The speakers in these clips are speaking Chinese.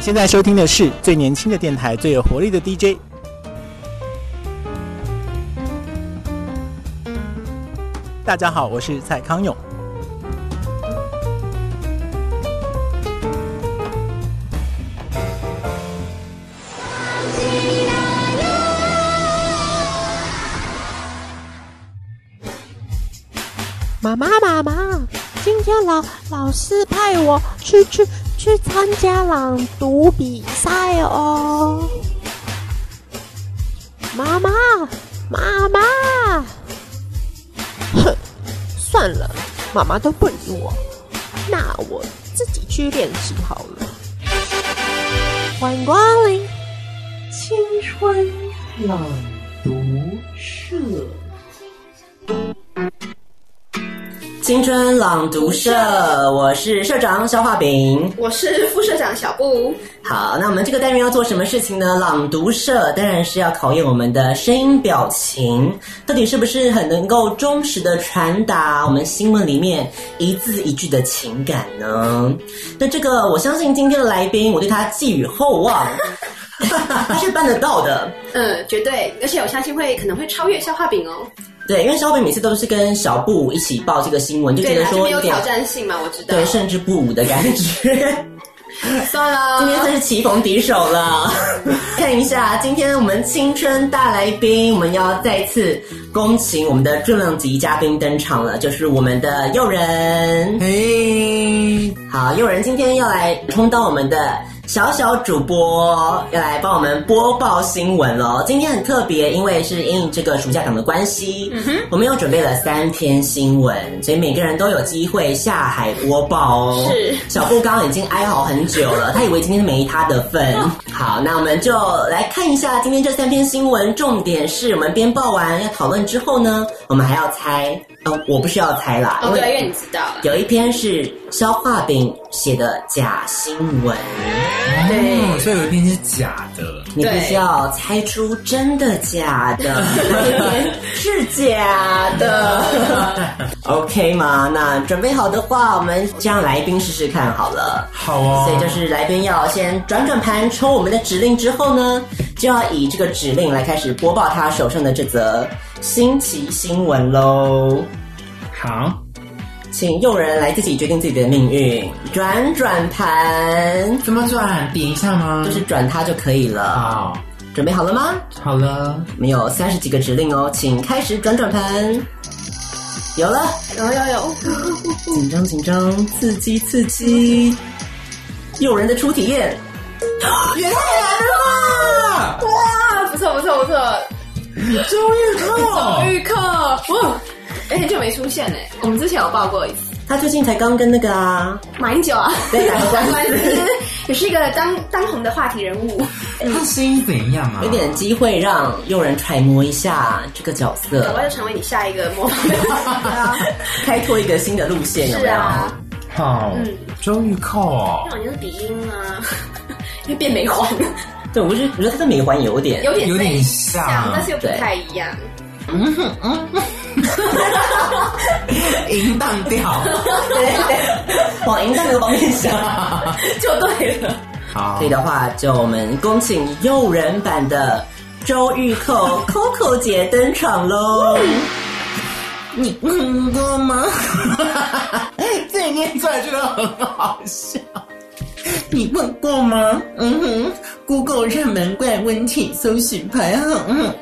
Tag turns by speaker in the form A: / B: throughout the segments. A: 现在收听的是最年轻的电台，最有活力的 DJ。大家好，我是蔡康永。
B: 妈妈，妈妈，今天老老师派我去去去参加朗读比赛哦。妈妈，妈妈，哼，算了，妈妈都不理我，那我自己去练习好了。欢迎光临青春朗读社。
C: 青春朗读社，我是社长肖画饼。
D: 我是副社长小布，
C: 好，那我们这个单元要做什么事情呢？朗读社当然是要考验我们的声音表情，到底是不是很能够忠实的传达我们新闻里面一字一句的情感呢？那这个我相信今天的来宾，我对他寄予厚望， 他是办得到的。
D: 嗯，绝对，而且我相信会可能会超越消化饼哦。
C: 对，因为肖伟每次都是跟小布一起报这个新闻，就觉
D: 对
C: 得
D: 啦，这
C: 说
D: 边有
C: 有点
D: 挑战性嘛，我知道
C: 对。胜之不武的感觉。
D: 算
C: 今天
D: 了，
C: 真是棋逢敌手了。看一下，今天我们青春大来宾，我们要再次恭请我们的重量级嘉宾登场了，就是我们的诱人。
A: 嘿，
C: 好，诱人今天要来充当我们的小小主播，要来帮我们播报新闻了。今天很特别，因为是因应这个暑假档的关系，我们又准备了三篇新闻，所以每个人都有机会下海播报哦。
D: 是
C: 小布刚刚已经哀嚎很久了，他以为今天没他的 份。好，那我们就来看一下今天这三篇新闻，重点是我们编报完要讨论之后呢，我们还要猜。呃，我不需要猜啦，
D: 哦，对，因为你知道了，
C: 有一篇是肖化饼写的假新闻，嗯
A: 哦，所以有一篇是假的。
C: 你必
D: 对
C: 须要猜出真的假的， 哪一篇是假 的，OK 吗？那准备好的话，我们就让来宾试试看好了。
A: 好哦
C: 所以就是来宾要先转转盘，抽我们的指令之后呢，就要以这个指令来开始播报他手上的这则新奇新闻喽。
A: 好，
C: 请用人来自己决定自己的命运，转转盘。
A: 怎么转？点一下吗
C: 就是转它就可以了。
E: 啊
A: 好，
C: 准备好了吗？
A: 好了。
C: 我们有三十几个指令哦，请开始转转盘。有了，
D: 有有有，
C: 紧张紧张，刺激刺激，诱人的初体验。啊也太难了！
D: 哇，不错不错不错，
C: 终于
D: 终
C: 到。
D: 于课，哇，哎，很久没出现呢，我们之前有报过一次，
C: 他最近才刚跟那个啊，
D: 马英九啊，
C: 对打个官司
D: 官司，也是一个当当红的话题人物，
E: 他声音怎样啊？
C: 有点机会让用人揣摩一下这个角
D: 我
C: 色，
D: 要成为你下一个模仿的，
C: 开拓一个新的路线，有
D: 是
C: 没有？
D: 啊，
E: 好，终于靠哦
D: 那，种就是鼻音 啊，因为变美环，
C: 对，我是觉得他的美环有点，
D: 有点
E: 有点
D: 类似
E: 像
D: 但是又不太 一样。
E: 淫荡掉。
C: 往淫荡那个方面 想。
D: 就对了。
E: 好
C: 所以，的话，就我们恭请诱人版的周玉蔻 Coco 姐登场喽！你嗯多吗？
E: 这一念出来觉得很好笑。你问过吗？嗯哼，Google 热门怪问题搜寻排行，嗯，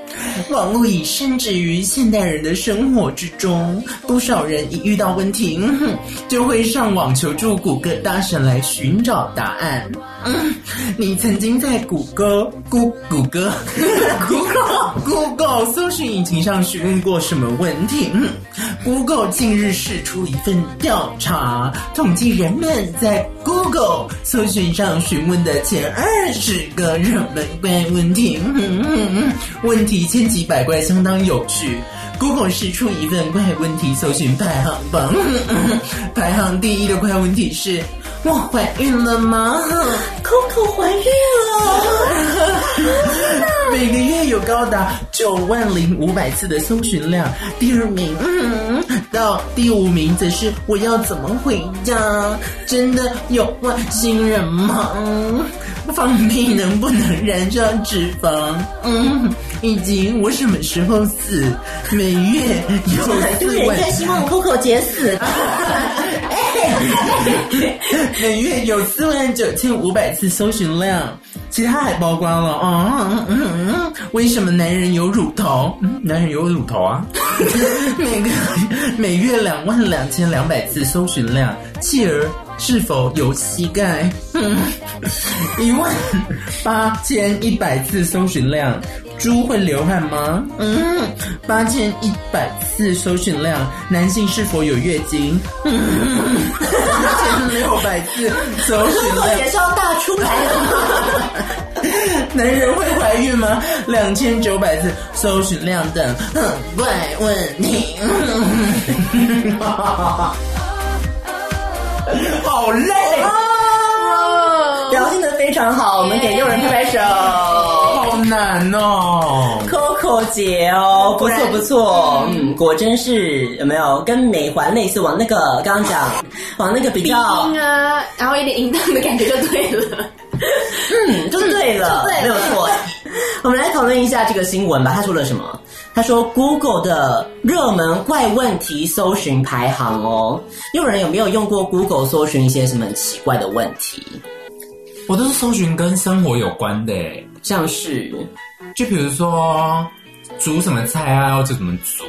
E: 网络已深植于现代人的生活之中。不少人一遇到问题，嗯哼，就会上网求助谷歌大神来寻找答案。嗯，你曾经在谷歌、谷谷歌、Google、Google 搜寻引擎上询问过什么问题？嗯 Google 近日释出一份调查，统计人们在 Google 搜寻上询问的前二十个嗯热门怪问题。嗯嗯嗯问题千奇百怪，相当有趣。 Google 试出一份怪问题搜寻排行榜，嗯排行第一的怪问题是：我怀孕了吗？
C: Coco 怀孕了，
E: 每个月有高达九万零五百次的搜寻量，第二名，嗯，到第五名则是我要怎么回家？真的有外星人吗？嗯放屁能不能燃烧脂肪？嗯，以及我什么时候死？每月
C: 就
E: 有四
C: 是人
E: 万
C: 家希 望 Coco 姐死。哎
E: 每月有四万九千五百次搜寻量，其他还包括了啊、嗯嗯嗯，为什么男人有乳头？嗯，男人有乳头啊。 每个每月两万两千两百次搜寻量，妻儿是否有膝盖？嗯，一万八千一百次搜寻量，猪会流汗吗？嗯，八千一百次搜寻量，男性是否有月经？千六百次搜寻
C: Coco 姐
E: 量，
C: 是要大出来了吗？
E: 男人会怀孕吗？两千九百次搜寻量等，嗯哼，怪问题。 好累，
C: 表现的非常好，我们给诱人拍拍手。
E: 好难哦。
C: Coco 姐哦，不错不错，嗯，果真是有没有跟美环类似，往那个刚刚讲， 往那个比较，
D: 硬啊，然后有点淫荡的感觉就对了。
C: 嗯，就对 了，没有错。我们来讨论一下这个新闻吧，他说了什么？他说 Google 的热门怪问题搜寻排行哦，有人有没有用过 Google 搜寻一些什么很奇怪的问题？
A: 我都是搜寻跟生活有关的欸，
C: 像是
A: 就比如说煮什么菜啊，要怎么煮，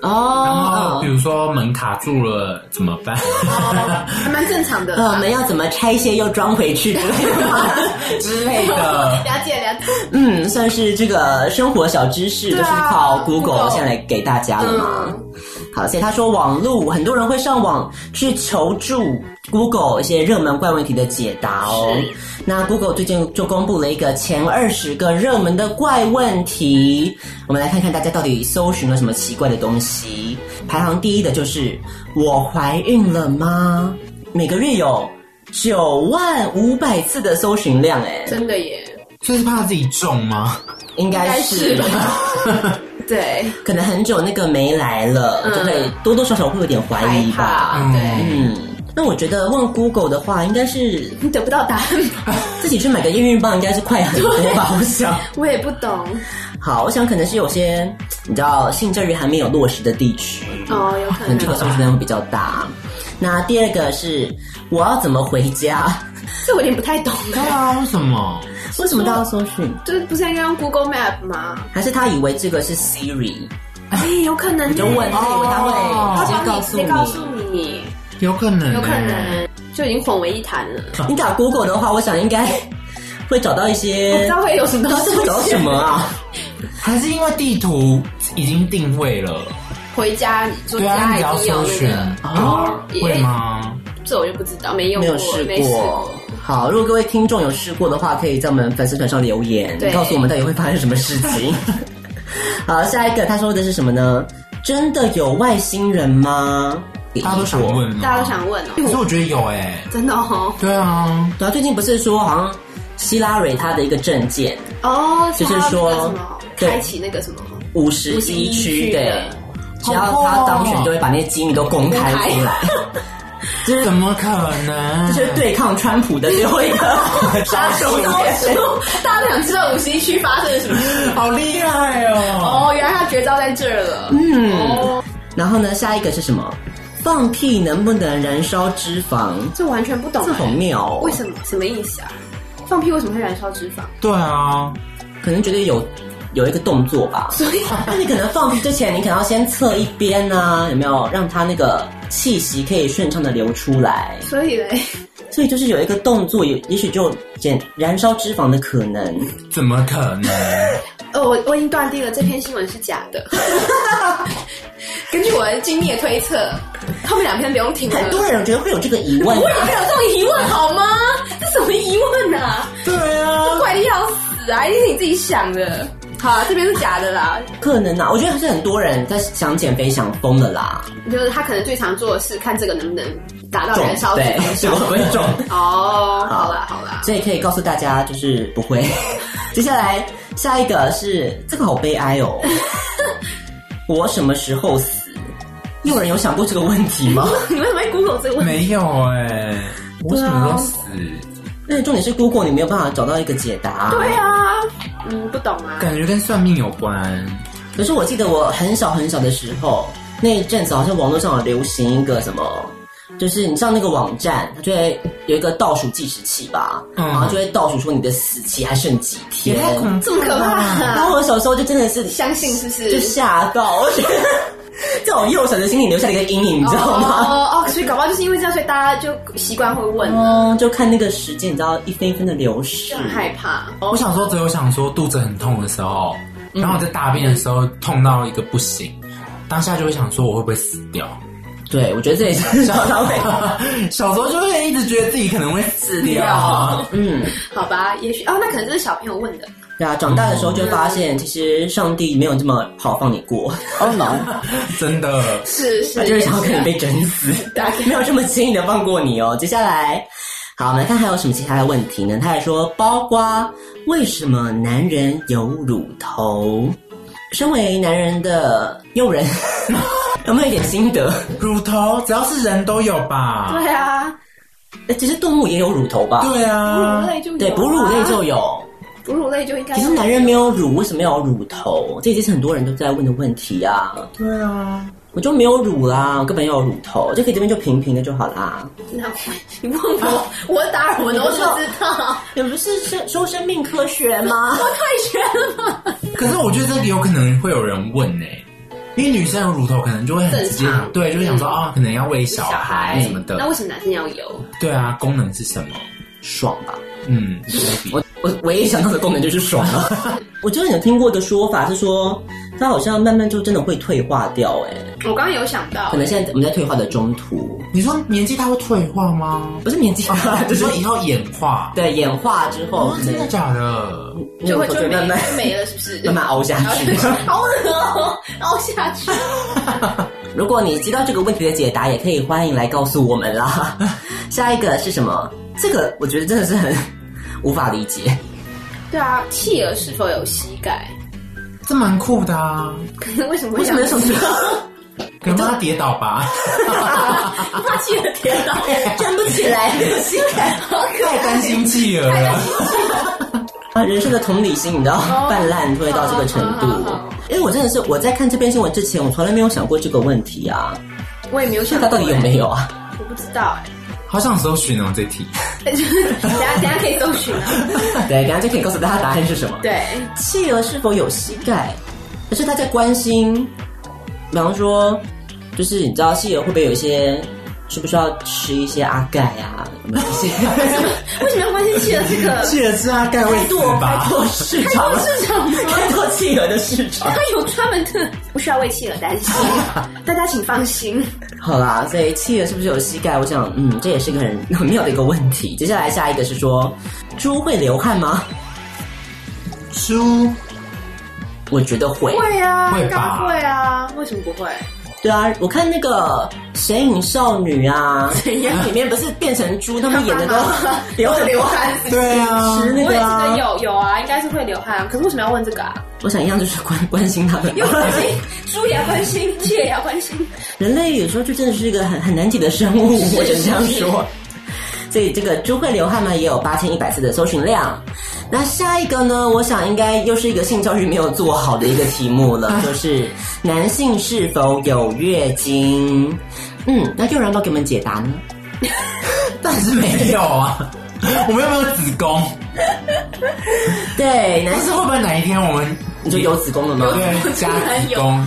A: 然后
C: 哦
A: 比。如说门卡住了怎么 办？
D: 还蛮正常的。
C: 呃我们要怎么拆卸又装回去之类的吗？
A: 之类的。
D: 了解了解，
C: 嗯，算是这个生活小知识，就
D: 对啊
C: 是靠 Google
D: Google 嗯
C: 现在给大家了嘛。好，所以他说网络很多人会上网去求助 Google 一些热门怪问题的解答哦。那 Google 最近就公布了一个前二十个热门的怪问题，我们来看看大家到底搜寻了什么奇怪的东西。排行第一的就是“我怀孕了吗”，每个月有九万五百次的搜寻量，哎，
D: 真的耶，
A: 所以是怕自己中吗？
C: 应该
D: 应该是吧对，
C: 可能很久那个没来了，
D: 嗯
C: 就会多多少少会有点怀
D: 害
C: 疑吧。
D: 怕，啊对，
C: 嗯，那我觉得问 Google 的话，应该是
D: 你得不到答案，
C: 自己去买个验孕棒，应该是快很多吧？我 想。
D: 我也不懂。
C: 好，我想可能是有些你知道性教育还没有落实的地区，
D: 哦，有可
C: 可能这个
D: 能，
C: 搜索量会比较大。那第二个是我要怎么回家？
D: 这我有点不太懂
A: 对啊，为什么？
C: 为什么都要搜寻？
D: 就是不是应该用 Google Map 吗？
C: 还是他以为这个是 Siri？
D: 哎，有可能，
C: 你就问他，以为他
A: 哦
C: 会
D: 他
C: 直接
D: 帮
C: 告
D: 你
C: 诉
D: 直接告诉你，
A: 有可能欸、
D: 有可能就已经混为一谈了。
C: 你打 Google 的话，我想应该 会找到一
D: 我不
C: 些
D: 知道会有什么东西
C: 这
D: 出
C: 找
D: 现
C: 什么？啊？
A: 还是因为地图已经定位了，
D: 回家，你住
A: 对啊，
D: 家
A: 你只要
D: 已经有
A: 搜
D: 那
A: 寻
D: 个，哦
E: 哦
A: 啊，会吗？
D: 这我就不知道，没用
C: 没
D: 过，
C: 有试
D: 没试
C: 过。好，如果各位听众有试过的话，可以在我们粉丝团上留言，
D: 对
C: 告诉我们到底会发生什么事 情。好，下一个他说的是什么呢？真的有外星人吗？
A: 大家都想问吗？
D: 大家都想问
A: 可是
D: 哦，
A: 我觉得有哎、
D: 真的哦，
A: 对啊，
C: 对啊，最近不是说好像希拉蕊她的一个证件
D: 哦，
C: 就是
D: 他要那个
C: 说
D: 什么
C: 对
D: 开启那个什么，
C: 五十一
D: 51
C: 区
D: 区
C: 对
D: 的，
C: 只要她当选就会把那些机密都公开出来，
A: 怎么可能？
C: 这是对抗川普的最后 一个杀手锏。
D: 大家都想知道五十一区发生了什么事。
A: 好厉害哦！
D: 哦，原来他绝招在这儿了。嗯，哦，
C: 然后呢，下一个是什么？放屁能不能燃烧脂肪？
D: 这完全不懂、
C: 这好妙哦！
D: 为什么？什么意思啊？放屁为什么会燃烧脂肪？
A: 对啊，
C: 可能觉得有有一个动作吧。
D: 所以
C: 那你可能放屁之前，你可能要先侧一边啊，有没有让它那个气息可以顺畅的流出来？
D: 所以嘞，
C: 所以就是有一个动作，也也许就减燃烧脂肪的可能。
A: 怎么可能？
D: 呃，我我已经断定了这篇新闻是假的。 根据我的精密的推测，他们两篇不用听了。
C: 很多人觉得会有这个疑问
D: 我也
C: 啊、
D: 没有这种疑问好吗？这什么疑问啊？
A: 对啊，
D: 怪的要死啊！一定是你自己想的。好啊，这边是假的啦，
C: 可能啊，我觉得还是很多人在想减肥想疯了啦，
D: 就是他可能最常做的是看这个能不能达到
C: 重
D: 燃烧脂
C: 对
D: 肪，
C: 是会不会重？
D: 哦，好啦好啦，
C: 所以可以告诉大家，就是不会。 接下来下一个是这个好悲哀哦，我什么时候死？有人有想过这个问题吗？
D: 你为什么会 Google 这个问题？
E: 没有哎、我什么时候死？
C: 那重点是 Google 你没有办法找到一个解答。
D: 对啊，嗯，不懂啊，
E: 感觉跟算命有关。
C: 可是我记得我很小很小的时候，那一阵子好像网络上有流行一个什么，就是你上那个网站，它就会有一个倒数计时器吧，
E: 嗯
C: 然后就会倒数说你的死期还剩几天。
D: 这么可怕
C: 然
D: 啊，
C: 后我小时候就真的是
D: 相信是不是？
C: 就吓到， 我觉得这种幼小的心理留下了一个阴影，你知道吗？
D: 哦哦，所以搞不好就是因为这样，所以大家就习惯会问了，
C: 嗯，就看那个时间，你知道一分一分的流逝
D: 就。很害怕。哦
E: 我小时候只有想说肚子很痛的时候，然后我在大便的时候痛到一个不行，当下就会想说我会不会死掉。
C: 对，我觉得这也是常常 会。
E: 小时候就会一直觉得自己可能会死掉。啊
C: 嗯，
D: 好吧，也许哦，那可能这是小朋友问的。
C: 对啊，长大的时候就会发现，其实上帝没有这么好放你过，
A: 哦、no，
E: 真的，
D: 是啊是
C: 他就是想要看你被整死， 没有这么轻易的放过你哦。接下来，好，我们来看还有什么其他的问题呢？他还说，包括为什么男人有乳头？身为男人的诱人， 有没有一点心得？
E: 乳头只要是人都有吧？
D: 对啊，
C: 呃其实动物也有乳头吧？
E: 对
D: 哺乳
E: 啊，
D: 类就有啊
C: 对，哺乳类就有。
D: 哺乳类就应该
C: 可
D: 有
C: 是男人没有乳，为什么要有乳头？这已经是很多人都在问的问题啊。对啊，我就没有乳啦，我根本要有乳头，就可以这边就平平的就好啦。
D: 那我你问我，我打耳我都不知道，
C: 你不是生修生命科学吗？
D: 我退学了吗？
E: 可是我觉得这个有可能会有人问呢、因为女生有乳头，可能就会很直接
D: 正常，
E: 对，就会想说啊、可能要喂小孩什么的
D: 那。为什么男生要有？
E: 对啊，功能是什么？
C: 爽吧！
E: 嗯，maybe，
C: 我我 唯一想到的功能就是爽啊了。 我之前有听过的说法是说，它好像慢慢就真的会退化掉、欸，
D: 我刚刚有想到
C: 可，能现在我们在退化的中途，
E: 你说年纪大会退化 吗？
C: 不是年纪
D: 哦
C: 大，
E: 你
C: 就是
E: 说以后演化？
C: 对演化之后
E: 哦，
C: 可
E: 真
C: 能
E: 的假的？
D: 就会就
C: 乳头
D: 没
C: 慢慢
D: 就没了，是不是？
C: 慢慢凹下去。
D: 好恶哦，凹下去。
C: 如果你知道这个问题的解答，也可以欢迎来告诉我们啦。 下一个是什么？这个我觉得真的是很无法理解。
D: 对啊，企鹅是否有膝盖？
E: 这蛮酷的啊，
D: 可能为什么
C: 为
D: 会
C: 什么有
D: 想
C: 什么？
E: 可能怕他欸跌倒 吧？
D: 怕企鹅跌倒？
C: 站不起 来？膝盖
E: 太担心企鹅了。
C: 啊，人生的同理心，你知道，
D: 哦
C: 泛滥会到这个程度
D: 好好好好。
C: 因为我真的是我在看这篇新闻之前，我从来没有想过这个问题啊，
D: 我也没有
C: 这
D: 想
C: 它
D: 过，
C: 到底有没有啊？
D: 我不知道哎。
E: 好想搜寻哦这题，
D: 就是等下等下可以搜寻啊。
C: 对，等一下就可以告诉大家答案是什么。
D: 对，
C: 企鹅是否有膝盖，而是他在关心，比方说，就是你知道企鹅会不会有一些，是不是要吃一些阿钙啊，什么一 些
D: 为什么要关心企鹅这个？
E: 企鹅是它盖位
C: 做开拓市场，
D: 市场吗？
C: 开拓企鹅的市场。
D: 他有专门的，不需要为企鹅 担心，大家请放心。
C: 好啦，所以企鹅是不是有膝盖？我想，嗯，这也是一个很很妙的一个问题。接下来下一个是说，猪会流汗吗？
E: 猪
C: 我觉得会。
D: 会啊，
E: 会
D: 应
E: 吧
D: 该会啊，为什么不会？
C: 对啊，我看那个《神隐少女》啊，
D: 怎样
C: 里面不是变成猪，他们演的都流
D: 流汗。
E: 对啊，
C: 吃那
D: 我
C: 个
D: 也觉
C: 啊
D: 得。有有啊，应该是会流汗啊。可是为什么要问这个啊？
C: 我想一样就是关关心他们。
D: 又关心，猪也要关心， 鸡也要关心。
C: 人类有时候就真的是一个很很难解的生物，我只能这样说。 所以这个猪会流汗呢，也有八千一百次的搜寻量。那下一个呢？我想应该又是一个性教育没有做好的一个题目了，就是男性是否有月经？嗯，那又然要给我们解答 呢？
E: 但是 没有啊。我们又没有子宫，
C: 对，男
E: 但是会不会哪一天我们
C: 你就有子宫了 吗？
E: 对加子宫？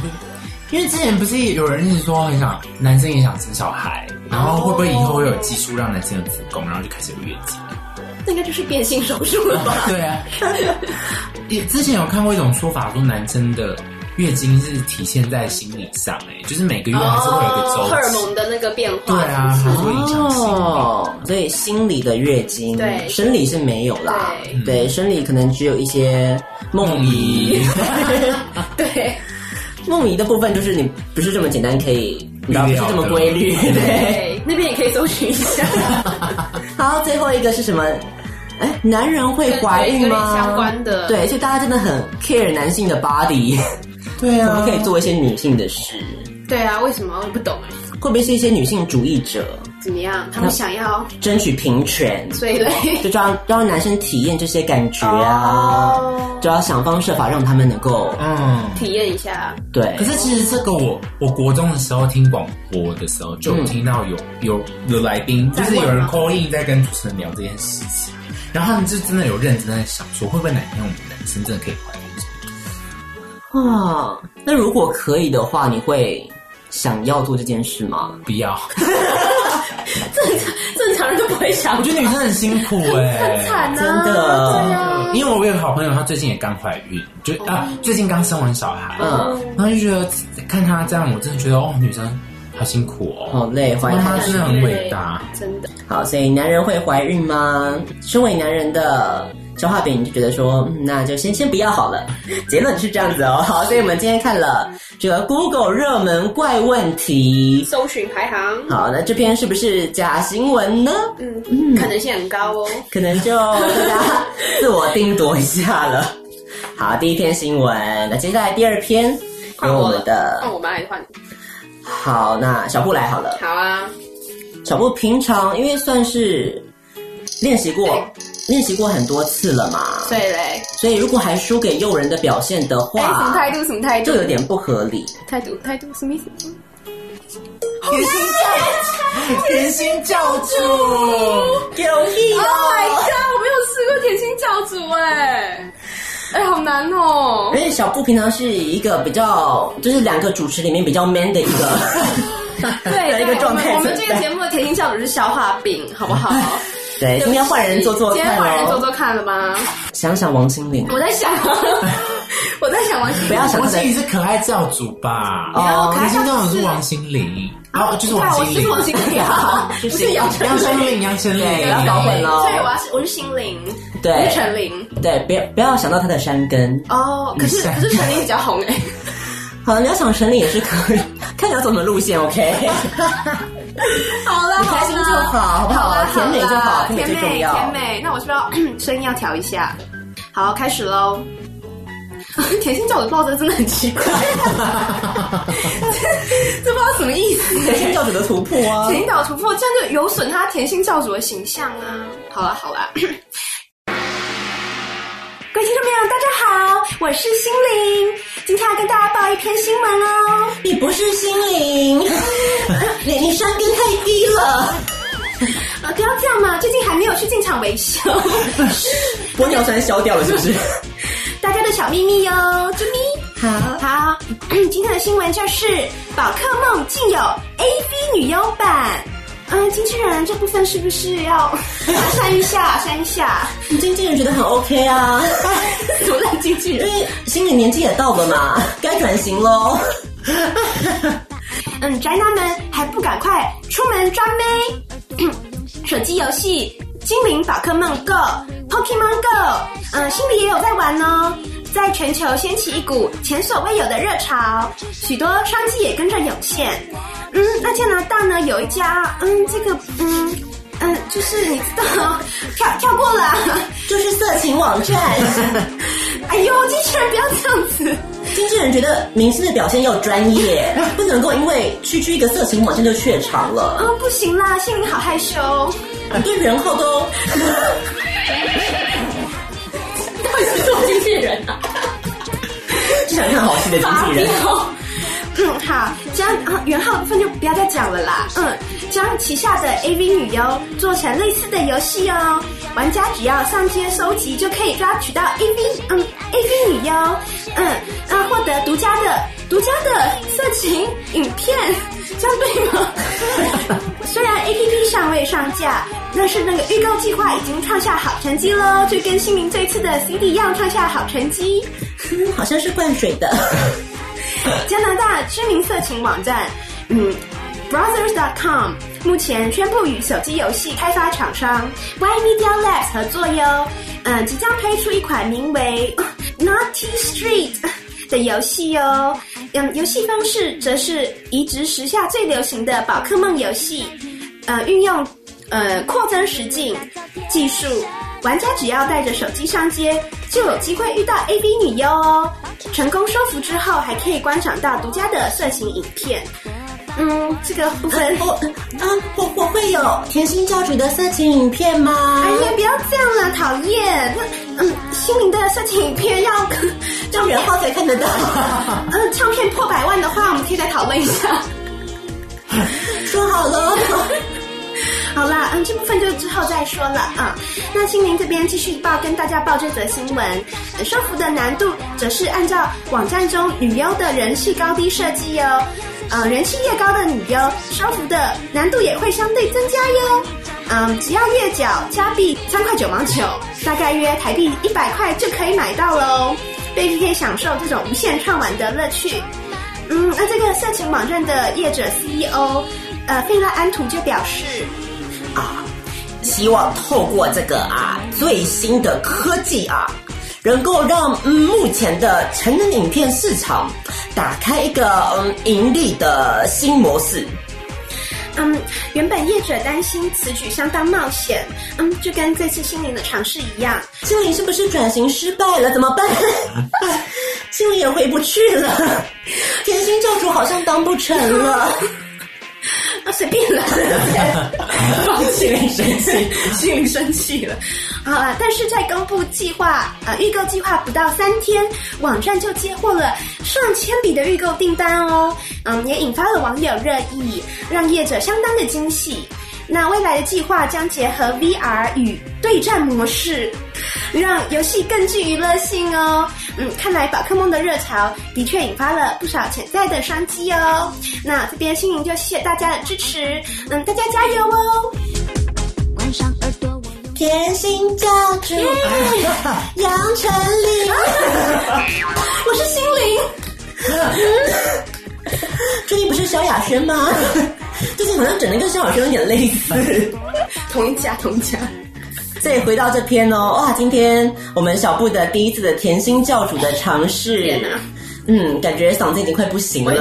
E: 因为之前不是有人一直说很想男生也想生小孩，然后会不会以后会有技术让男生有子宫，然后就开始有月经？
D: 那应该就是变性手术了 吧？
E: 对啊，也之前有看过一种说法，说男生的月经是体现在心理上、欸，哎，就是每个月还是会有一个周期。
D: 哦荷尔蒙的那个个变
E: 对
D: 化。
E: 啊，
D: 是
E: 它
D: 不
E: 会影响心理。
C: 哦，所以心理的月经，
D: 对
C: 生理是没有啦。
D: 对
C: 对，生理可能只有一些梦遗。
D: 是对，
C: 梦遗的部分就是你不是这么简单可以，你知道不
E: 预
C: 是
E: 料的
C: 这么规律。对，
D: 对，那边也可以搜寻一 下，
C: 好，最后一个是什么？哎，男人会怀孕吗？
D: 跟有点相关的
C: 对，所以大家真的很 care 男性的 body，
F: 对
C: 我
F: 啊
C: 们， 可以做一些女性的事，
D: 对啊，为什么我也不懂哎？
C: 会不会是一些女性主义者
D: 怎么样？他们想要
C: 争取平权？
D: 追 嘞？
C: 就让让男生体验这些感觉啊，
D: 哦
C: 就要想方设法让他们能够
E: 嗯，
D: 体验一下，
C: 对
E: 可。是其实这个我我国中的时候听广播的时候，就有听到有、有有来宾，就是有人 call in 在跟主持人聊这件事情，然后他们就真的有认真在想说，会不会哪天我们男生真的可以怀孕？
C: 啊，那如果可以的话，你会想要做这件事吗？
E: 不要，
D: 正常人都不会想
E: 我觉得女生很辛苦哎、
D: 惨
C: 真
D: 啊。
C: 的，
E: 因为我有个好朋友，她最近也刚怀孕，就啊，最近刚生完小孩，
C: 嗯，
E: 然后就觉得看她这样，我真的觉得哦，女生好辛苦哦，
C: 好累，怀
E: 妈妈
C: 胎
E: 真的很伟大。
D: 真的，
C: 好，所以男人会怀孕吗？身为男人的消化饼，你就觉得说，嗯那就先先不要好了。 结论是这样子哦。好，所以我们今天看了这个 Google 热门怪问题。
D: 搜寻排行，
C: 好，那这篇是不是假新闻呢？
D: 嗯，可能性很高哦。
C: 可能就大家自我定夺一下 了。好，第一篇新闻，那接下来第二篇
D: 换
C: 有我
D: 我
C: 们的
D: 换我们来换。
C: 好，那小布来好了。
D: 好啊，
C: 小布平常因为算是练习过练习过很多次了嘛，
D: 对嘞，
C: 所以如果还输给诱人的表现的
D: 哎，什么
C: 话，
D: 态度？什么态度
C: 就？有点不合 理。
D: 态度，态度，什么意思？
F: 甜心 教，甜心教主，
C: 有意哦
D: Oh my god！我没有吃过甜心教主哎，哎，好难哦
C: 而。且小布平常是一个比较，就是两个主持里面比较 man 的一个
D: 对，
C: 哎 的一个状态
D: 我们我
C: 存
D: 们这个
C: 在。
D: 节目的甜心教主是消化饼，好不好？
C: 对，哎今天换人做做
D: 今天
C: 看
D: 换人做
C: 哦。
D: 做看了吗？
C: 想想王心凌，
D: 我在想，我在想王心
C: 不
D: 凌
C: 要想
E: 王
C: 她
E: 心
C: 的
E: 凌是可爱教主吧？
C: 哦
E: 可是那种是王心凌，哦，就是
D: 对啊，我
E: 王心
D: 是王心
E: 凌，
D: 凌啊，
C: 就
D: 不
C: 是
D: 是杨丞
E: 杨
D: 琳。
E: 丞琳，杨丞琳，
C: 对不要搞混了
D: 所以我要是我是心灵，
C: 对
D: 我是陈琳。
C: 对，不要不要想到她的山根。
D: 哦，可是可是陈琳比较红哎，
C: 好了，你要想神灵也是可以， 看你要走什么路线，OK？
D: 好啦，
C: 你开心就好好不好
D: 啦
C: 甜美就好
D: 甜
C: 甜美最重
D: 美
C: 要
D: 甜美。那我是不是要 声音要调一下？好，开始喽。 甜心叫我的抱着真的很奇怪， 这这不知道什么意思。
C: 神仙教主的图谱啊
D: 甜心岛突破，这样就有损他甜心教主的形象啊！好了好 了，各位听众朋友，大家好，我是心灵，今天要跟大家报一篇新闻哦。
C: 你不是心灵， 你你山根太低 了。
D: 呃，不要这样嘛，最近还没有去进厂维 修，
C: 玻尿酸消掉了是不是？
D: 大家的小秘密哟，啾咪。好，好， 今天的新闻就是宝可梦竟有 AV 女优版。嗯，经纪人这部分是不是要 删一下？删一下？
C: 你经纪人觉得很 OK 啊，
D: 怎么烂经纪
C: 因
D: 人？
C: 为心理年纪也到了嘛，该转型喽。
D: 嗯，宅男们还不赶快出门抓妹？ 手机游戏《精灵宝可梦 Go》《Pokemon Go》，嗯，心里也有在玩哦，在全球掀起一股前所未有的热潮，许多商机也跟着涌现。嗯，那加拿大呢有一家，嗯，这个，嗯嗯，就是你知道，哦跳跳过了啊。
C: 就是色情网站，
D: 哎呦，机器人不要这样子。
C: 经纪人觉得明星的表现要专业，不能够因为区区一个色情网站就怯场了。
D: 嗯，不行啦，心灵好害羞。
C: 你对人后 都
D: 到底是做经纪人啊？
C: 就想看好戏的经纪人，
D: 嗯，好，将啊原号部分就不要再讲了啦。嗯，将旗下的 AV 女优做成类似的游戏哦，玩家只要上街收集就可以抓取到 AV 嗯 AV 女优，嗯啊获得独家的独家的色情影片，这样对吗？虽然 APP 尚未上架，但是那个预购计划已经创下好成绩喽，就跟心灵这次的 CD 一样创下好成绩。
C: 嗯好 像是灌水的。
D: 加拿大知名色情网站，嗯 Brothers.com 目前宣布与手机游戏开发厂商 Y Media Labs 合作哟。嗯，即将推出一款名为 呃《Naughty Street》的游戏哟。嗯，游戏方式则是移植时下最流行的宝可梦游戏，呃，运用呃扩增实境技术，玩家只要带着手机上街，就有机会遇到 AV 女优哦。成功收服之后，还可以观赏到独家的色情影片。嗯，这个部分，
C: 我啊，我我会有甜心教主的色情影片吗？
D: 哎呀，不要这样了，讨厌。那嗯，心灵的色情影片要
C: 要人号才看得到。
D: 嗯，唱片破百万的话，我们可以再讨论一下。
C: 说好了，
D: 好啦，嗯，这部分就之后再说了啊、那心灵这边继续报跟大家报这则新闻，呃收服的难度则是按照网站中女优的人气高低设计哟。呃，人气越高的女优，收服的难度也会相对增加哟。嗯，只要月缴加币三块九毛九，大概约台币一百块就可以买到喽。贝可以享受这种无限畅玩的乐趣。嗯，那这个色情网站的业者 CEO，呃，费拉安图就表示，
C: 希望透过这个啊最新的科技啊，能够让、嗯、目前的成人影片市场打开一个嗯盈利的新模式。
D: 嗯，原本业者担心此举相当冒险，嗯，就跟这次心灵的尝试一样，
C: 心灵是不是转型失败了？怎 么办？心灵也回不去了，甜心教主好像当不成 了。
D: 啊，随便 啦，放弃了，生气，心灵生气了。好了，但是在公布计划呃预购计划不到三天，网站就接获了上千笔的预购订单哦，嗯，也引发了网友热议，让业者相当的惊喜。那未来的计划将结合 VR 与对战模式，让游戏更具娱乐性哦。嗯，看来宝可梦的热潮的确引发了不少潜在的商机哦。那这边心灵就谢谢大家的支持，嗯，大家加油哦！
G: 晚上耳朵我用
C: 甜心教 主，杨丞琳，
D: 我是心灵，
C: 最近不是萧亚轩吗？ 最近好像整的跟萧亚轩有点类似。
D: 同一家同一家。
C: 所以回到这篇哦，哇，今天我们小布的第一次的甜心教主的尝试
D: 天哪，
C: 嗯，感觉嗓子已经快不行了。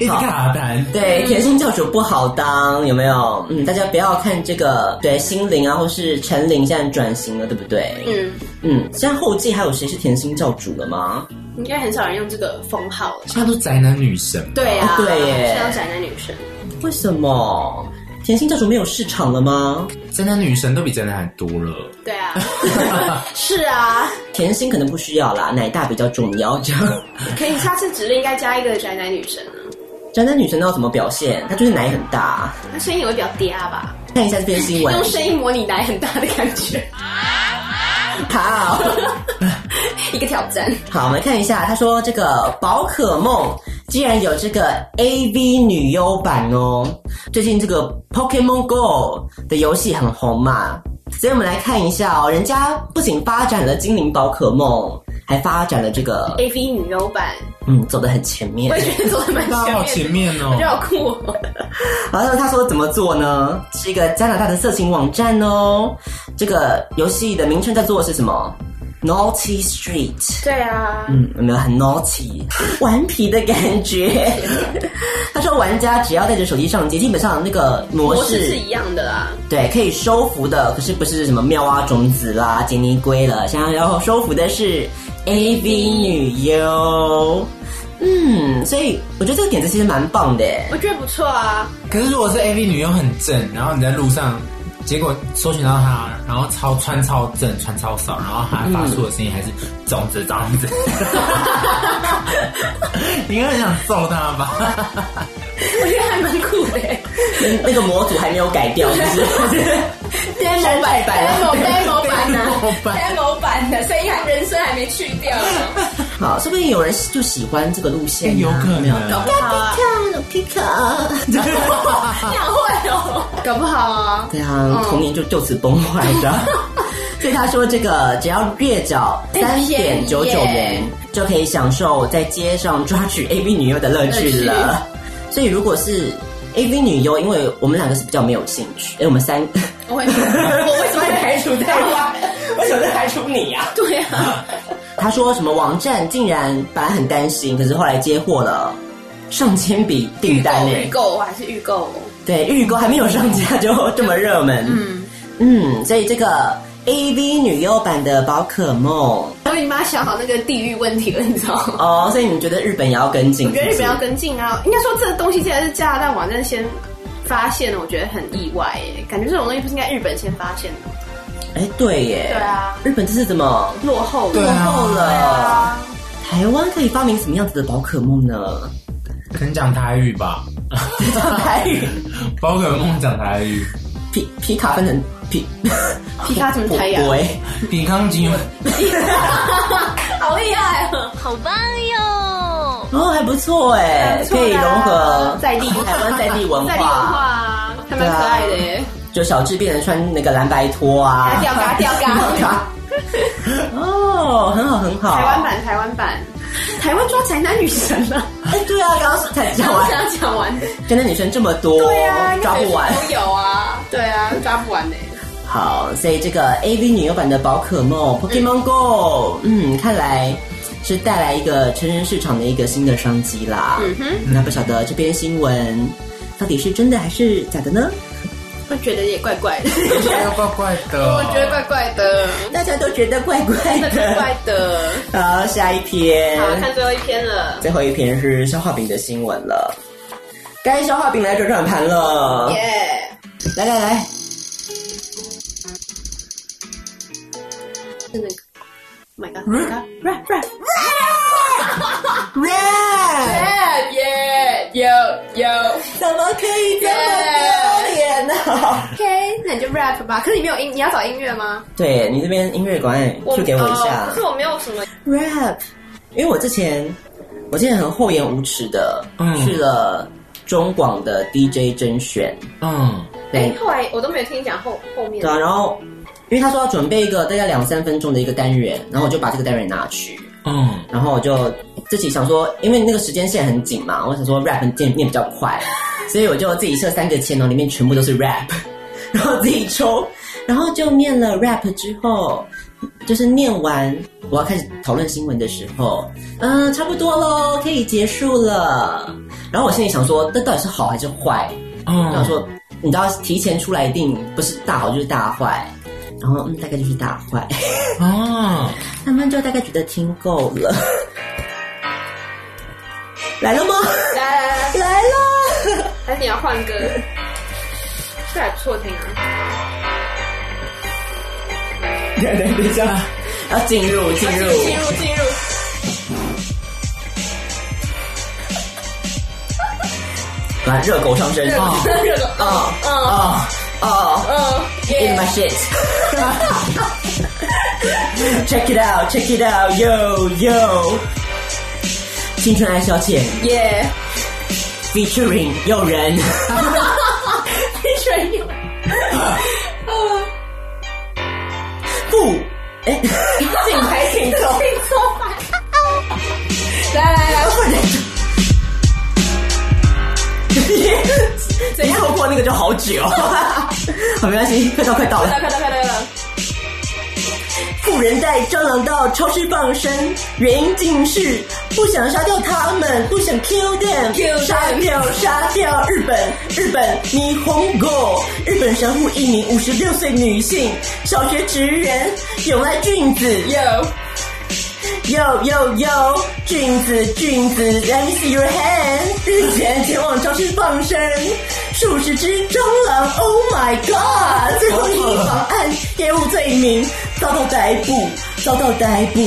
E: 一直哎看阿丹，
C: 对，甜心教主不好当，有没有？嗯，大家不要看这个，对，心灵啊，或是陈琳现在转型了，对不对？
D: 嗯，
C: 嗯，现在后继还有谁是甜心教主了吗？
B: 应该很少人用这个封号了。
E: 他都宅男女神，
B: 对啊，
C: 啊对耶
B: 是要宅男女生。
C: 为什么甜心教主没有市场了吗？
E: 宅男女神都比宅男还多了。
B: 对啊，是啊，
C: 甜心可能不需要啦，奶大比较重要。这样，
B: 可以下次指令应该加一个宅男女生啊，
C: 宅男女神要怎么表现？她就是奶很大。啊
B: 那声音也会比较嗲吧，
C: 看一下这篇新闻
B: 用，声音模拟奶很大的感觉，
C: 好。
B: 一个挑战。
C: 好，我们看一下，他说这个宝可梦竟然有这个 AV 女优版哦。最近这个 Pokemon Go 的游戏很红嘛，所以我们来看一下哦，人家不仅发展了精灵宝可梦，还发展了这个，
B: A V 女优版，
C: 嗯，走得很前面
B: 我。也觉得做的 蛮
E: 大家好
B: 前
E: 前
B: 面的，
E: 面
B: 我觉得
E: 哦，
B: 好酷哦。
C: 然后他说怎么做呢？是一个加拿大的色情网站哦。这个游戏的名称叫做是什么？Naughty Street。
B: 对啊，
C: 嗯，有没有很 naughty 顽皮的感觉？ 他说，玩家只要带着手机上街，基本上那个模
B: 模
C: 式
B: 式是一样的啊啦。
C: 对可以收服的，可是不是什么妙蛙种子啦、杰尼龟了，想要要收服的是 AV 女优。嗯，所以我觉得这个点子其实蛮棒的耶。欸
B: 我觉得不错啊，
E: 可是如果是 AV 女优很正，然后你在路上，结果搜寻到她，然后超穿超正、穿超少，然后她发出的声音还是种子种子，你应该很想揍她吧？
B: 我觉得还蛮酷的。
C: 那那个模组还没有改掉，就是
B: demo 版，demo demo 版呢
E: demo 版
B: ？demo 版的声音还人声还没去掉呢，
C: 好，说不定有人就喜欢这个路线、
D: 哎
C: 啊，
E: 有可
C: 没有
E: 能。
B: 搞不好啊，你好会哦，搞不好啊，
C: 对啊，
D: 嗯
C: 童年就就此崩坏 的。所以他说，这个只要月缴三点九九元，就可以享受在街上抓取 AV 女优的乐趣了。所以如果是 AV 女优，因为我们两个是比较没有兴趣，哎，我们三，
D: 我为什么我为什么要排除
C: 对啊， 为什么是排除你呀、
D: 对啊，
C: 他说什么网站竟然本来很担心，可是后来接获了上千笔订单
D: 预
C: 嘞，
D: 购还是预购？哦
C: 对，预购还没有上架就这么热门，嗯嗯，所以这个 AV 女优版的宝可梦
D: 我已经帮他想好那个地域问题了，你知道吗？
C: 哦，所以你觉得日本也要跟进？
D: 我觉得日本要跟进啊，应该说这个东西竟然是加拿大网站先发现的，我觉得很意外耶，感觉这种东西不是应该日本先发现的吗？
C: 哎，对耶，
D: 对啊，
C: 日本这是怎么
D: 落后了，
E: 对啊
C: 落后了？
D: 对啊，
C: 台湾可以发明什么样子的宝可梦呢？
E: 可能讲台语吧，
C: 台语
E: 宝可梦讲台语，
C: 皮皮卡分成皮
D: 皮卡什么台呀
C: 我哎
E: 皮康金
D: 好厉害哦！
B: 好棒哟！
C: 哦还不错哎，可以融合
D: 在地
C: 台湾在地文
D: 哦在地文化
C: 化，
D: 啊，还蛮可爱的耶，
C: 就小智变成穿那个蓝白拖啊，
D: 嘎掉嘎掉嘎，
C: 哦，很好很好。
D: 台湾版台湾版，台湾抓宅男女神了，
C: 哎，对啊，刚刚才讲
D: 我
C: 完，
D: 想讲完的，
C: 真的女生这么多，
D: 对啊，
C: 抓不完。
D: 都有啊，对啊，抓不完的。
C: 好，所以这个 AV 女优版的宝可梦 Pokemon Go，嗯，看来是带来一个成人市场的一个新的商机啦。
D: 嗯哼，
C: 那不晓得这篇新闻到底是真的还是假的呢？
D: 我觉得也怪怪的，
E: 怪怪的，
D: 我觉得怪怪的，
C: 大家都觉得怪怪
D: 真的 怪
C: 的。
D: 怪的。
C: 好，下一篇
D: 好，，看最后一篇了，
C: 最后一篇是消化饼的新闻了。该消化饼来转转盘了
D: 耶！
C: 来来来，
D: 是那个。Oh My God, my God, rap, rap,
C: 哇，
D: rap, yeah, yo, yo,
C: 怎么可以这么丢脸呢、
D: OK，那你就 rap 吧。可是你没有音，你要找音乐吗？
C: 对你这边音乐管理
D: 我
C: 就给我一下、
D: 哦可是我没有什么
C: rap，因为我之前我之前很厚颜无耻的、
E: 嗯
C: 去了中广的 DJ 甄选，
E: 嗯，
C: 对、
D: 哎，后来我都没有听你讲后后面
C: 对。啊，然后因为他说要准备一个大概两三分钟的一个单元，然后我就把这个单元拿去，
E: 嗯，
C: 然后我就自己想说，因为那个时间线很紧嘛，我想说 rap 念念比较快，所以我就自己设三个签，然后里面全部都是 rap，然 后自己抽，然后就念了 rap 之后，就是念完我要开始讨论新闻的时候，嗯、差不多喽，可以结束了。然后我心里想说，这到底是好还是坏？
E: 嗯
C: 然后说，你知道提前出来一定不是大好就是大坏，然后嗯，大概就是大坏。
E: 哦，
C: 他们就大概觉得听够了。 来了吗？
D: 来来来，
C: 来了。
D: 哎还是你要换 歌？这还不错听啊。
C: 等等等一下，要进入进入。
D: 啊进入进入，
C: 来，热狗上身啊
D: 热了，嗯嗯
C: 啊啊
D: 嗯，
C: ！In
D: 耶！
C: my shit。check it out, check it out, yo yo。青春爱消遣
D: 耶！
C: ，featuring 诱人。
D: 你选你，
C: 不，哎，
D: 进还挺重，挺重。来来来，
C: 你错过那个就好久。 好，没关系，快到快到了
D: 快。到快到快到了！
C: 富人带蟑螂到超市放生，原因竟是不想杀掉他们，不想 kill them，
D: them
C: 杀掉杀掉日本日本霓虹狗，日本神户一名五十六岁女性小学职员永濑俊子，
D: 有
C: 哟哟哟，俊子俊子，Let me see your hand。日前前往超市放生，数十只蟑螂，Oh my god！最后因妨碍业务罪名遭到逮捕，遭到逮捕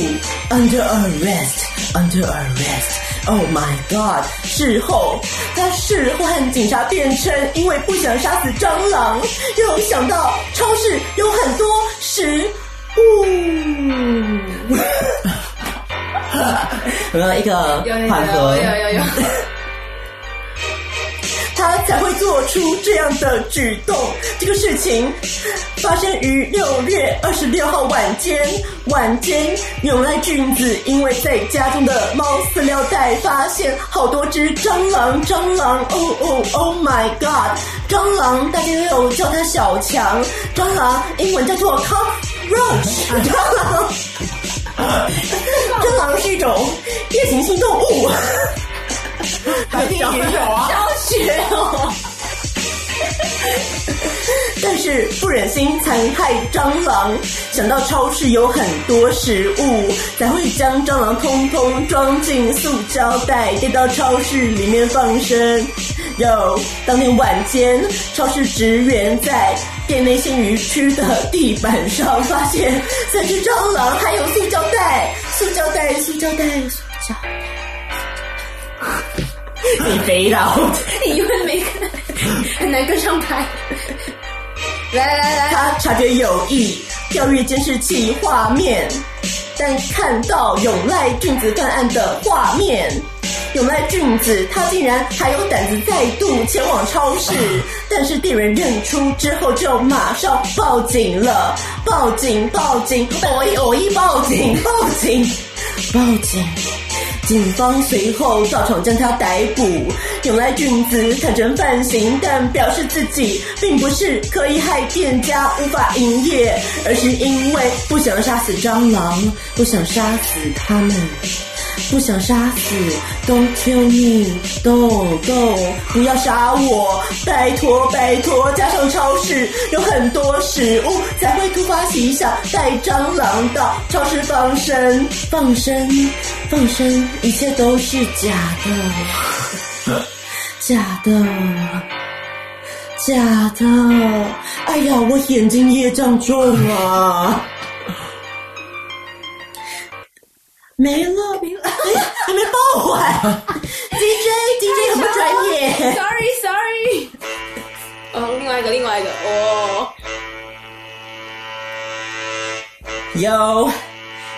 C: ，under arrest，under arrest。Oh my god！事后，他事后和警察辩称，因为不想杀死蟑螂，又想到超市有很多食物。有没有一个呃
D: 有有
C: 缓和
D: 有？有有有，
C: 他才会做出这样的举动。这个事情发生于六月二十六号晚间，晚间永濑俊子因为在家中的猫饲料袋发现好多只蟑螂，蟑螂哦哦 oh my god！蟑螂大家也有叫它小强，蟑螂英文叫做 cockroach，蟑螂。 蟑螂是一种夜行性动物，白天也有啊，小雪哦。但是不忍心残害蟑螂，想到超市有很多食物，才会将蟑螂通通装进塑胶袋，带到超市里面放生。有当天晚间，超市职员在店内鲜鱼区的地板上发现三只蟑螂，还有塑胶袋，塑胶袋，塑胶袋，塑胶袋。你肥佬，
H: 因为没看，很难跟上拍。来来来来，
C: 他察觉有异，调阅监视器画面，但看到永濑俊子犯案的画面。永濑俊子，他竟然还有胆子再度前往超市，但是店员认出之后就马上报警了，报警报警，我一我一报警报警报警，警方随后到场将他逮捕。永濑俊子坦承犯行，但表示自己并不是刻意害店家无法营业，而是因为不想杀死蟑螂，不想杀死他们。不想杀死，Don't kill me，Don't don't，不要杀我，拜托拜托。加上超市有很多食物，才会突发奇想带蟑螂到超市放生，放生，放生，一切都是假的，假的，假的。哎呀，我眼睛业障重啊！没了，没了，哎还没报 完。DJ DJ 很不专业，
H: Sorry Sorry。哦，另外一个，另外一个，哦，
C: 有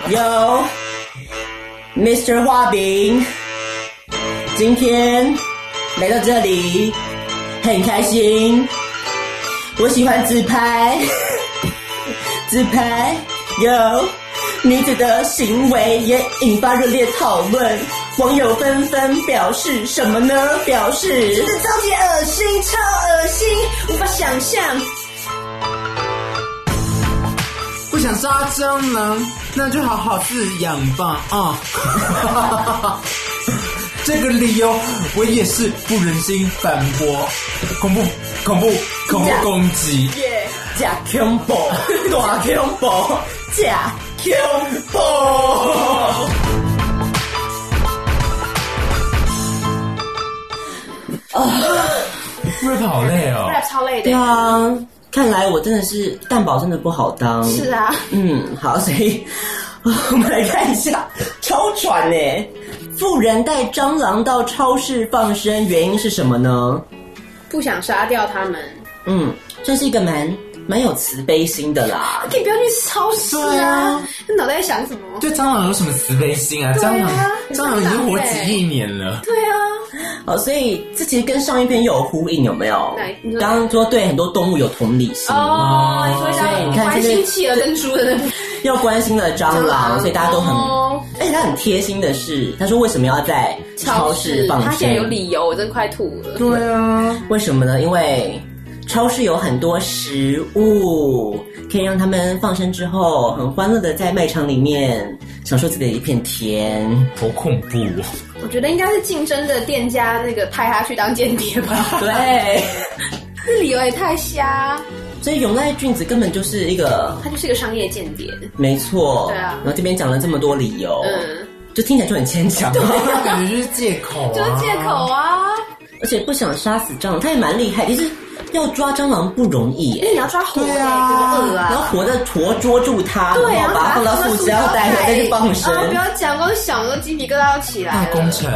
C: 有，Mr. 画饼，今天来到这里很开心，我喜欢自拍， 自拍有。女子的行为也引发热烈讨论，网友纷纷表示什么呢？表示
D: 真的超级恶心，超恶心，无法想象。
F: 不想杀蟑螂，那就好好饲养吧 啊！这个理由我也是不忍心反驳。恐怖，恐怖，恐怖攻击！
C: 假 combo，大 combo，假 combo。
E: rap 好累哦。
H: rap 超累
C: 对
H: 的。
C: 啊，看来我真的是蛋堡，真的不好当。
H: 是啊，
C: 嗯，好，所以哦我们来看一下超喘呢。富人带蟑螂到超市放生，原因是什么呢？
H: 不想杀掉他们，
C: 嗯，算是一个蛮蛮有慈悲心的啦。
H: 可以不要去超市
E: 对
H: 啊
E: 啊！
H: 这脑袋在想什么？
E: 对蟑螂有什么慈悲心啊？
H: 对啊
E: 蟑螂，
H: 很
E: 蟑螂已经活
H: 浪费
E: 几亿年了。
H: 对啊，
C: 哦，所以这其实跟上一篇有呼应，有没有
H: 哪一？
C: 刚刚说对很多动物有同理心，
H: 哦，你说一
C: 所以你
H: 下
C: 看
H: 关
C: 这
H: 心
C: 边
H: 企鹅跟猪的那部
C: 要关心了蟑螂，所以大家都很，
H: 哦
C: 而哎且他很贴心的是，他说为什么要在超市放生？
H: 他现在有理由，我真的快吐了。
C: 对啊，为什么呢？因为超市有很多食物，可以让他们放生之后很欢乐的在卖场里面享受自己的一片田。
E: 好恐怖哦！
H: 我觉得应该是竞争的店家那个派他去当间谍吧，
C: 对，
H: 这理由也太瞎，
C: 所以永濑俊子根本就是一个
H: 他就是个商业间谍。
C: 没错。
H: 对啊
C: 然后这边讲了这么多理由，
H: 嗯，
C: 就听起来就很牵 强。啊
E: 那感觉就是借口、啊，
H: 就是借口。啊！
C: 而且不想杀死蟑螂，他也蛮厉害，其实要抓蟑螂不容易耶
H: 因。为你要抓活的，
C: 对
H: 多恶
C: 然后
H: 啊！
C: 活的活捉住它，
H: 对
C: 然
H: 啊，
C: 后把它放到塑胶袋，再去放生。
H: 啊不要讲，光想都鸡皮疙瘩要起
E: 大
H: 来
E: 工
H: 了。
E: 程，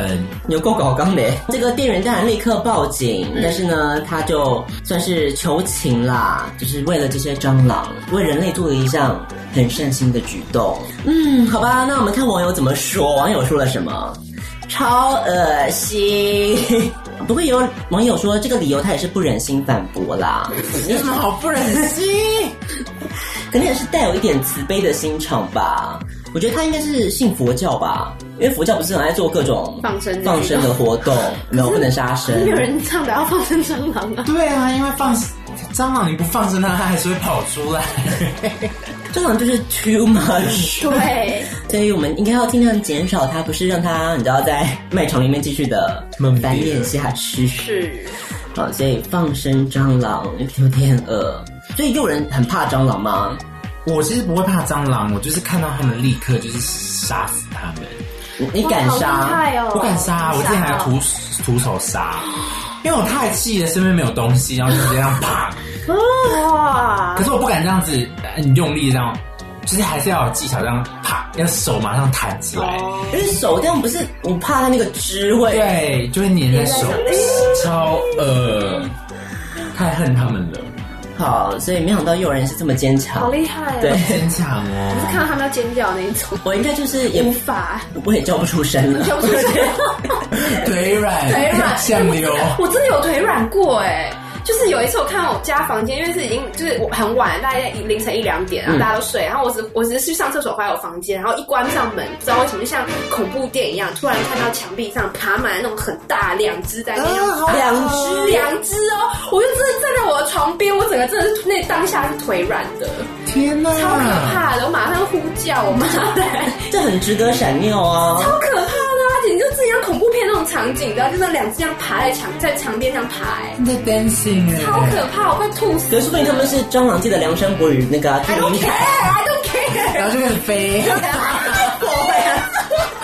C: 有够搞纲的。这个店员当然立刻报警，
H: 嗯
C: 但是呢，他就算是求情啦，就是为了这些蟑螂，为人类做了一项很善心的举动。嗯，好吧，那我们看网友怎么说，网友说了什么。超恶心！ 不过也有网友说，这个理由他也是不忍心反驳啦，
I: 有什么好不忍心？
C: 可能也是带有一点慈悲的心肠吧。我觉得他应该是信佛教吧，因为佛教不是很爱做各种
D: 放生的
C: 放生的活动，然后不能杀 生。
D: 没有人唱的要放生蟑螂 啊！
E: 对啊，因为放蟑螂你不放生它，它还是会跑出来。
C: 蟑螂就是 too much，
D: 对，
C: 所以我们应该要尽量减少它，不是让它你知道在卖场里面继续的
E: 慢慢
C: 繁
E: 地
C: 衍下去。
D: 是
C: 啊，所以放生蟑螂有点恶，所以有人很怕蟑螂吗？
E: 我其实不会怕蟑螂，我就是看到它们立刻就是杀死它们。
C: 你你敢
D: 哇好厉
C: 杀？
D: 害哦！
E: 我敢杀，我之前还徒徒手杀，因为我太气了，身边没有东西，然后就直接这 样啪。
D: 哇
E: 可，是我不敢这样子很用力这样，就是还是要有技巧这样啪，要手马上弹起来，
H: 哦
C: 因为手这样不是，我怕它那个汁会。
E: 对，就会粘在手，超恶，太恨他们了，
C: 好，所以没想到诱人是这么坚
D: 好
C: 强。
D: 厉害哦！
C: 对，
E: 坚强
D: 我是
E: 哦。
D: 看到他们要尖叫那一 种，
C: 我应该就是也
D: 无法。
C: 我也叫不出声 了，
D: 叫不出声
E: 腿软，
D: 腿 软
E: 像流，
D: 我真的有腿软过哎、就是有一次我看到我家房间，因为是已经就是我很晚，大概凌晨一两
I: 嗯
D: 点，然后大家都睡，然后我只我只是去上厕所回来我房间，然后一关上门，不知道为什么就像恐怖电影一样，突然看到墙壁上爬满了那种很大两只在那边
I: 啊好
D: 爬
C: 两
D: 只两只哦，我就真的站在我的床边，我整个真的是那当下是腿软的，
E: 天哪！
D: 超可怕的，我马上呼叫我妈来。
C: 这很值得闪尿啊！
D: 超可怕的、啊，简直就自己像恐怖片那种场景，然后就那两只这样爬在墙在墙边上爬、哎，
E: 在 dancing
D: 超
E: 哎，
D: 可怕，我快吐死
C: 嗯可是说不定他们是蟑螂界的梁山伯与那个祝
D: I don't
C: 英
D: care,
C: 台。
D: I don't care。
E: 然后就开始飞，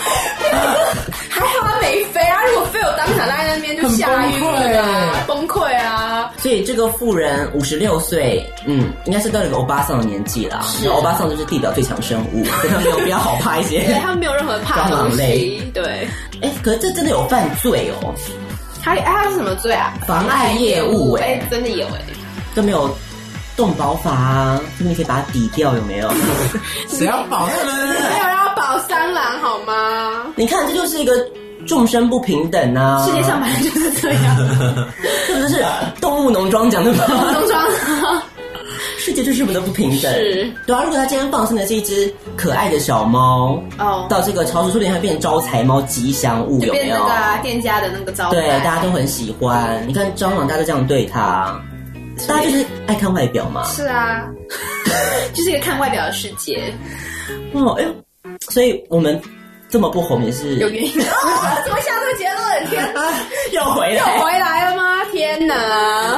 D: 还好他没飞啊，如果飞我当场赖在那边就吓晕了啊，崩溃啊！
C: 所以这个妇人五十六岁，嗯，应该是到了一个欧巴桑的年纪啦。是欧巴桑就是地表最强生物，所以他们有比较好怕一些。
D: 对他们没有任何怕的东
C: 蟑螂类
D: 西， 对。
C: 哎、可是这真的有犯罪哦，
D: 他他是什么罪啊？
C: 妨碍业务哎、
D: 哎、真的有哎、
C: 都没有动保法啊，你可以把它抵掉，有 没有？
E: 谁要保他们？啊
D: 没有要保蟑螂好吗？
C: 你看，这就是一个众生不平等啊！
D: 世界上本来就是这 样，
C: 这不 就是动物农庄讲的吗？
D: 农庄
C: 世界就是这么的不平等。
D: 是，
C: 对啊。如果他今天放生的是一只可爱的小猫，
D: 哦
C: 到这个超市说不定它变招财猫吉祥物，
D: 就
C: 有
D: 变
C: 没有
D: 那？个啊、店家的那个招牌，
C: 对，大家都很喜欢。你看蟑螂，大家都这样对它，大家就是爱看外表嘛。
D: 是啊， 就是一个看外表的世界，
C: 哦，哎呦，所以我们这么不红也是
D: 有原因。哦、怎么下这个结论？天哪，
C: 又回
D: 又
C: 来。
D: 回来了吗？天哪！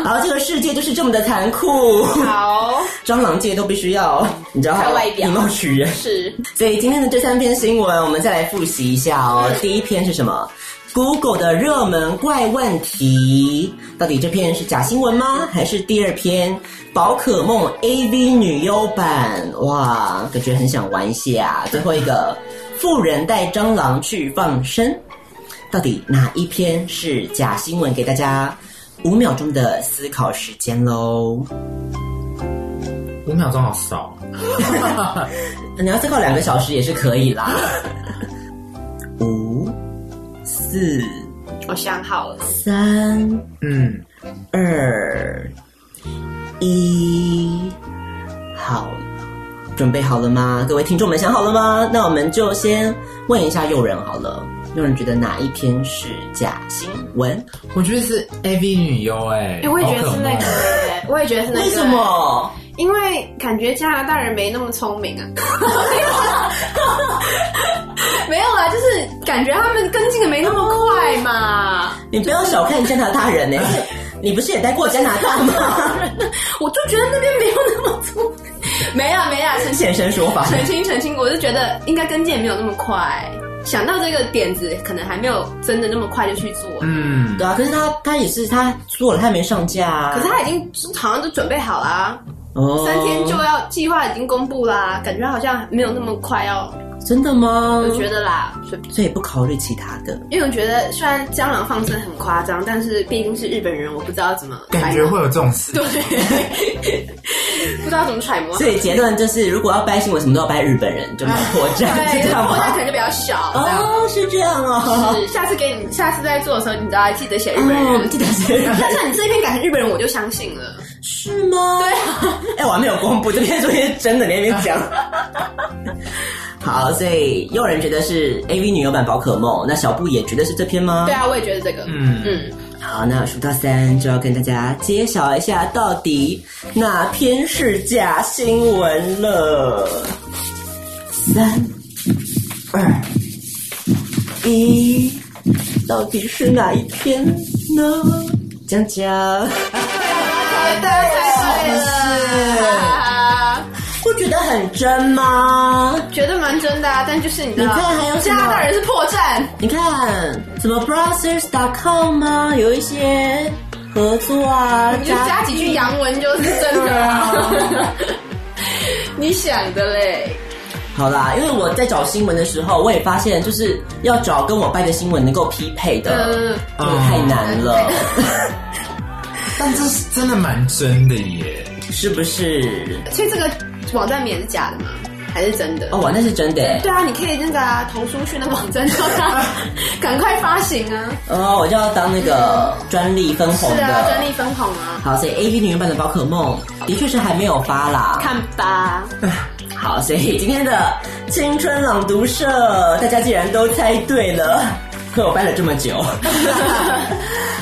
C: 好，这个世界就是这么的残酷，
D: 好，
C: 蟑螂界都必须要，你知道，
D: 看外表
C: 以貌取人。
D: 是
C: 所以今天的这三篇新闻，我们再来复习一下哦。第一篇是什么？Google 的热门怪问题，到底这篇是假新闻吗？还是第二篇宝可梦 AV 女优版？哇，感觉很想玩一下。最后一个，富人带蟑螂去放生，到底哪一篇是假新闻？给大家五秒钟的思考时间喽。
E: 五秒钟好少，
C: 你要思考两个小时也是可以啦。五、四、
D: 我想好了，
C: 三、
E: 嗯，
C: 二、一，好，准备好了吗？各位听众们想好了吗？那我们就先问一下诱人好了。诱人觉得哪一篇是假新闻？
E: 我觉得是 AV 女优哎、
D: 哎、我也觉得是那个，哎我也觉得是那个。
C: 为什？么？
D: 因为感觉加拿大人没那么聪明啊。 没有啦，就是感觉他们跟进的没那么快嘛。
C: 你不要小看加拿大 人呢、你不是也待过加拿大吗？
D: 我就觉得那边没有那么聪明。没啦没啦，陈
C: 现身说法。
D: 澄清澄清，我是觉得应该跟进也没有那么快，想到这个点子，可能还没有真的那么快就去做。
E: 嗯，
C: 对啊，可是他他也是他做了，他还没上架啊。
D: 可是他已经好像都准备好啦、
C: 哦
D: 三天就要计划已经公布啦，感觉好像没有那么快要，
C: 真的吗？
D: 我觉得啦，
C: 所以不考虑其他的，
D: 因为我觉得虽然蟑螂放生很夸张，但是毕竟是日本人，我不知道怎么
E: 感觉会有这种事。
D: 对，
H: 不知道怎么揣摩。
C: 所以结论就是，如果要掰新闻，什么都要掰日本人，就蛮破绽， 是这
H: 对，
C: 样
H: 破绽可
C: 吗？
H: 能就比较小。这样
C: 哦，是这样哦。
H: 是，下次给你，下次再做的时候，你知道记得写日本
C: 哦，
H: 人。
C: 记得是日本
H: 但
C: 人
H: 是你这篇改成日本人，我就相信了。
C: 是吗？
H: 对啊，
C: 哎、我还没有公布，这边说是真的，你还没 讲。好，所以有人觉得是 AV 女优版宝可梦，那小布也觉得是这篇吗？
H: 对。啊，我也觉得这个。
E: 嗯
H: 嗯，
C: 好，那数到三就要跟大家揭晓一下到底哪篇是假新闻了。三、二、一，到底是哪一篇呢？讲讲。不觉得很真吗？
H: 觉得蛮真的啊，但就是你知道，
C: 你看还有什
H: 加
C: 么
H: 拿大人是破绽，
C: 你看，什么 brothers.com 啊，有一些合作啊，
H: 你就加几句洋文就是真的啊。 你想的嘞，
C: 好啦，因为我在找新闻的时候，我也发现就是要找跟我掰的新闻能够匹配的，
H: 嗯
C: 真的太难了，
E: 但这是真的蛮真的耶。
C: 是不是？
H: 所以这个网站名也是假的吗？还是真的？
C: 哦，哇，那是真的欸。
H: 对啊，你可以那个啊投书去那个网站，叫 他赶快发行啊！
C: 哦，我就要当那个专利分红
H: 是啊，专
C: 的。
H: 利分红啊，
C: 好，所以 A V 女人版的宝可梦的确是还没有发啦。
H: 看吧。
C: 好，所以今天的青春朗读社，大家既然都猜对了， 亏我掰了这么久。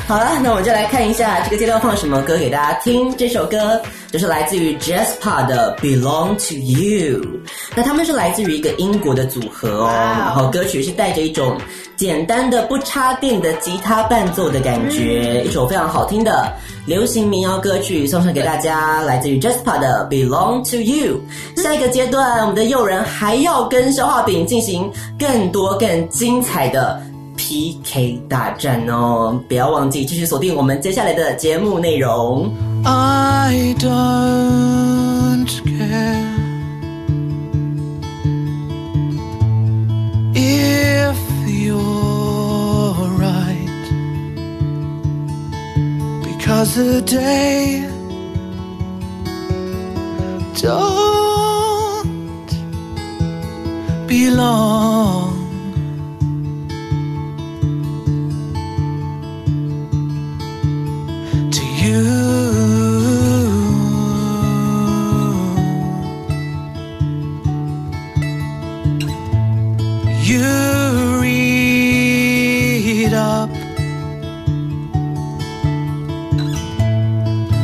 C: 好了，那我们就来看一下这个阶段放什么歌给大家听。这首歌就是来自于 Jasper 的《Belong to You》，那他们是来自于一个英国的组合哦，然后歌曲是带着一种简单的不插电的吉他伴奏的感觉，一首非常好听的流行民谣歌曲送上给大家，来自于 Jasper 的《Belong to You》。下一个阶段，我们的诱人还要跟消化饼进行更多更精彩的 PK 大战哦！不要忘记继续锁定我们接下来的节目内容。
J: I don't care if you're right because the day don't belong. to you. You read up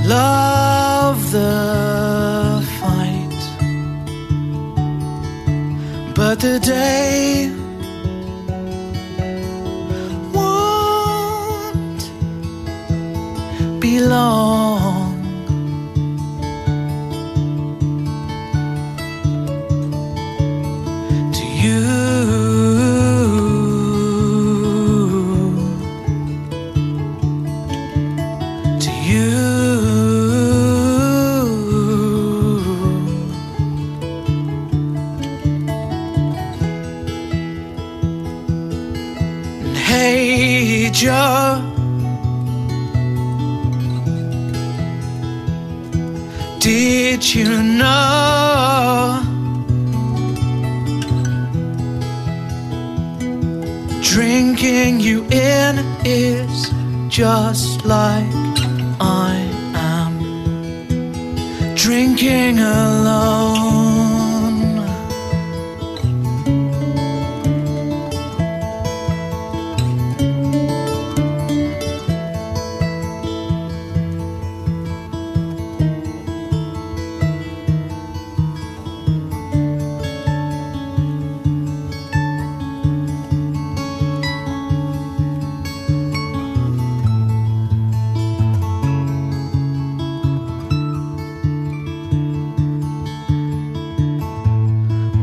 J: love the fight, but the day. won't belong. to you. To you. And Hey, Joe. Did you know? Drinking you in is just like I am. Drinking alone.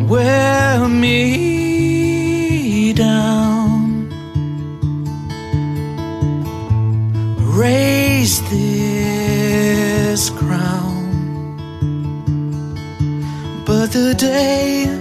J: wear me down. Raise this crown, but the day.